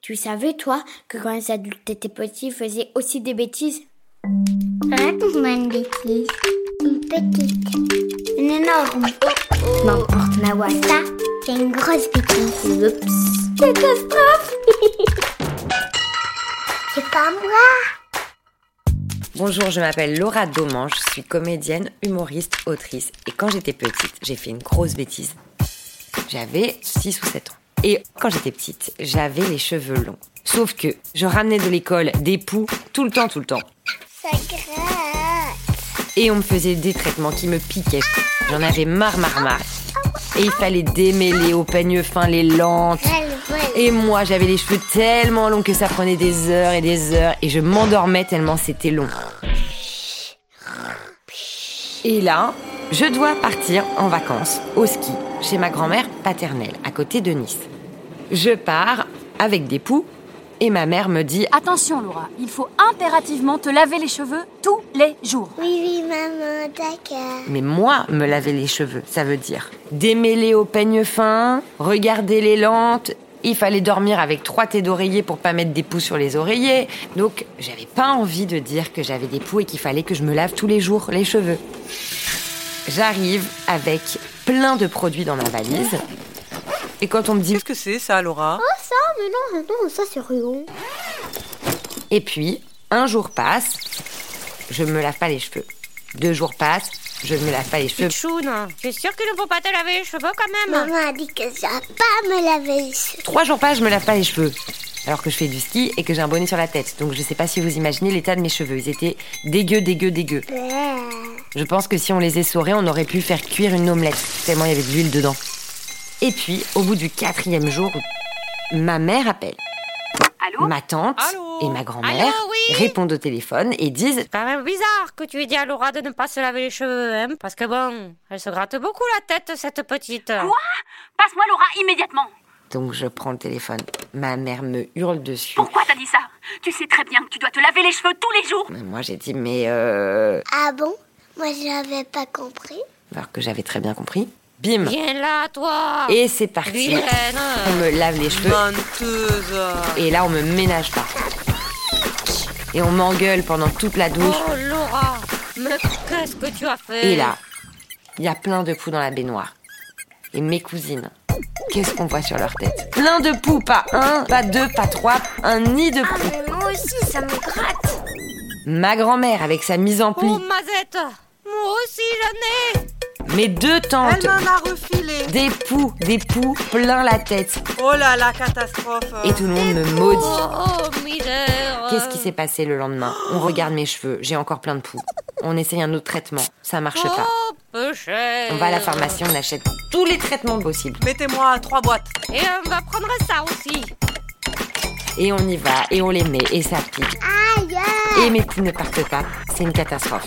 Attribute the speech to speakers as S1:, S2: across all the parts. S1: Tu savais, toi, que quand les adultes étaient petits, ils faisaient aussi des bêtises
S2: Raconte-moi une bêtise.
S1: Une petite.
S2: Une énorme.
S1: N'importe, Mawa.
S2: Oh, Ça, c'est une grosse bêtise.
S1: Oups.
S2: Catastrophe C'est pas moi
S3: Bonjour, je m'appelle Laura Domange, je suis comédienne, humoriste, autrice. Et quand j'étais petite, j'ai fait une grosse bêtise. J'avais 6 ou 7 ans. Et quand j'étais petite, j'avais les cheveux longs. Sauf que je ramenais de l'école des poux tout le temps, tout le temps.
S2: Ça gratte
S3: Et on me faisait des traitements qui me piquaient. J'en avais marre, marre, marre. Et il fallait démêler au peigne fin les lentes.
S2: Elle vole
S3: Et moi, j'avais les cheveux tellement longs que ça prenait des heures et des heures. Et je m'endormais tellement c'était long. Et là, je dois partir en vacances au ski chez ma grand-mère paternelle à côté de Nice. Je pars avec des poux et ma mère me dit
S4: Attention Laura, il faut impérativement te laver les cheveux tous les jours.
S2: Oui, oui, maman, d'accord.
S3: Mais moi, me laver les cheveux, ça veut dire démêler au peigne fin, regarder les lentes. Il fallait dormir avec trois têtes d'oreiller pour pas mettre des poux sur les oreillers. Donc, j'avais pas envie de dire que j'avais des poux et qu'il fallait que je me lave tous les jours les cheveux. J'arrive avec plein de produits dans ma valise. Et quand on me dit
S5: Qu'est-ce que c'est ça, Laura
S2: Ça, mais non, non, ça c'est rugon.
S3: Et puis, un jour passe, je me lave pas les cheveux. Deux jours passent, je me lave pas les cheveux.
S6: Tu es sûr qu'il ne faut pas te laver les cheveux quand même
S2: Maman a dit que ça va pas me laver les cheveux.
S3: Trois jours pas, je me lave pas les cheveux. Alors que je fais du ski et que j'ai un bonnet sur la tête. Donc je sais pas si vous imaginez l'état de mes cheveux. Ils étaient dégueux, dégueux, dégueux. Je pense que si on les essorait, on aurait pu faire cuire une omelette. Tellement il y avait de l'huile dedans. Et puis, au bout du quatrième jour, ma mère appelle.
S4: Allô
S3: ma tante
S5: Allô
S3: et ma grand-mère
S6: Allô, oui
S3: répondent au téléphone et disent
S6: Quand même bizarre que tu aies dit à Laura de ne pas se laver les cheveux, hein Parce que bon, elle se gratte beaucoup la tête, cette petite.
S4: Passe-moi Laura immédiatement.
S3: Donc je prends le téléphone. Ma mère me hurle dessus.
S4: Pourquoi t'as dit ça Tu sais très bien que tu dois te laver les cheveux tous les jours.
S3: Mais Moi j'ai dit mais euh...
S2: Ah bon Moi, j'avais pas compris.
S3: alors que j'avais très bien compris. Bim
S6: Viens là, toi
S3: Et c'est parti.
S6: Vilaine
S3: On me lave les cheveux
S5: Menteuse
S3: et là on me ménage pas. Et on m'engueule pendant toute la douche.
S6: Oh, Laura Mais qu'est-ce que tu as fait
S3: Et là, il y a plein de poux dans la baignoire. Et mes cousines, qu'est-ce qu'on voit sur leur tête Plein de poux, pas un, pas deux, pas trois, un nid de poux.
S2: Mais Ah, moi aussi, ça me gratte.
S3: Ma grand-mère avec sa mise en pli,
S6: Oh, Mazette Moi aussi, j'en ai
S3: mes deux tantes,
S5: Elle m'en a refilé
S3: des poux, des poux, plein la tête.
S5: Oh là là, catastrophe
S3: Et tout le monde me maudit.
S6: Oh, oh Miller
S3: Qu'est-ce
S2: Euh.
S3: qui s'est passé le lendemain On regarde mes cheveux, j'ai encore plein de poux. On essaye un autre traitement, ça marche pas.
S6: Oh, peu cher
S3: On va à
S2: Oh.
S3: la pharmacie, on achète tous les traitements possibles.
S5: Mettez-moi trois boîtes
S6: Et on va prendre ça aussi
S3: Et on y va, et on les met, et ça pique.
S2: Aïe
S3: Et mes poux ne partent pas, c'est une catastrophe.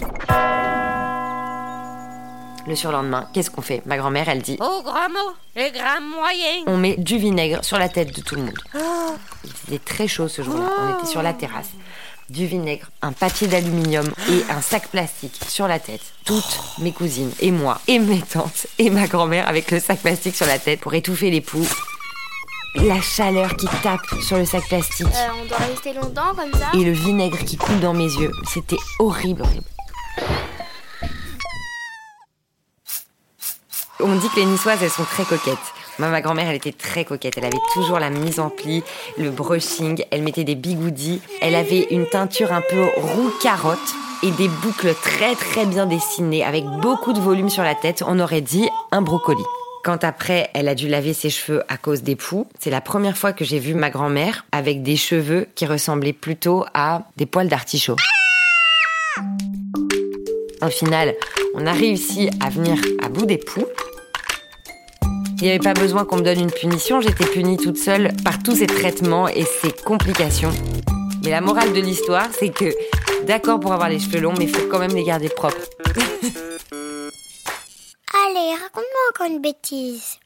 S3: Le surlendemain, qu'est-ce qu'on fait Ma grand-mère, elle dit
S6: Oh, grand mot Les grands moyens
S3: on met du vinaigre sur la tête de tout le monde. Il faisait très chaud ce jour-là, on était sur la terrasse. Du vinaigre, un papier d'aluminium et un sac plastique sur la tête. Toutes mes cousines et moi et mes tantes et ma grand-mère avec le sac plastique sur la tête pour étouffer les poux. La chaleur qui tape sur le sac plastique
S2: Euh, On doit rester longtemps comme ça
S3: et le vinaigre qui coule dans mes yeux, c'était horrible, horrible. On me dit que les niçoises, elles sont très coquettes. Moi, ma grand-mère, elle était très coquette. Elle avait toujours la mise en pli, le brushing, elle mettait des bigoudis, elle avait une teinture un peu roux carotte et des boucles très très bien dessinées avec beaucoup de volume sur la tête. On aurait dit un brocoli. Quand après, elle a dû laver ses cheveux à cause des poux, c'est la première fois que j'ai vu ma grand-mère avec des cheveux qui ressemblaient plutôt à des poils d'artichaut. Au final, on a réussi à venir à bout des poux. Il n'y avait pas besoin qu'on me donne une punition, j'étais punie toute seule par tous ces traitements et ces complications. Mais la morale de l'histoire, c'est que d'accord pour avoir les cheveux longs, mais il faut quand même les garder propres.
S2: Allez, raconte-moi encore une bêtise.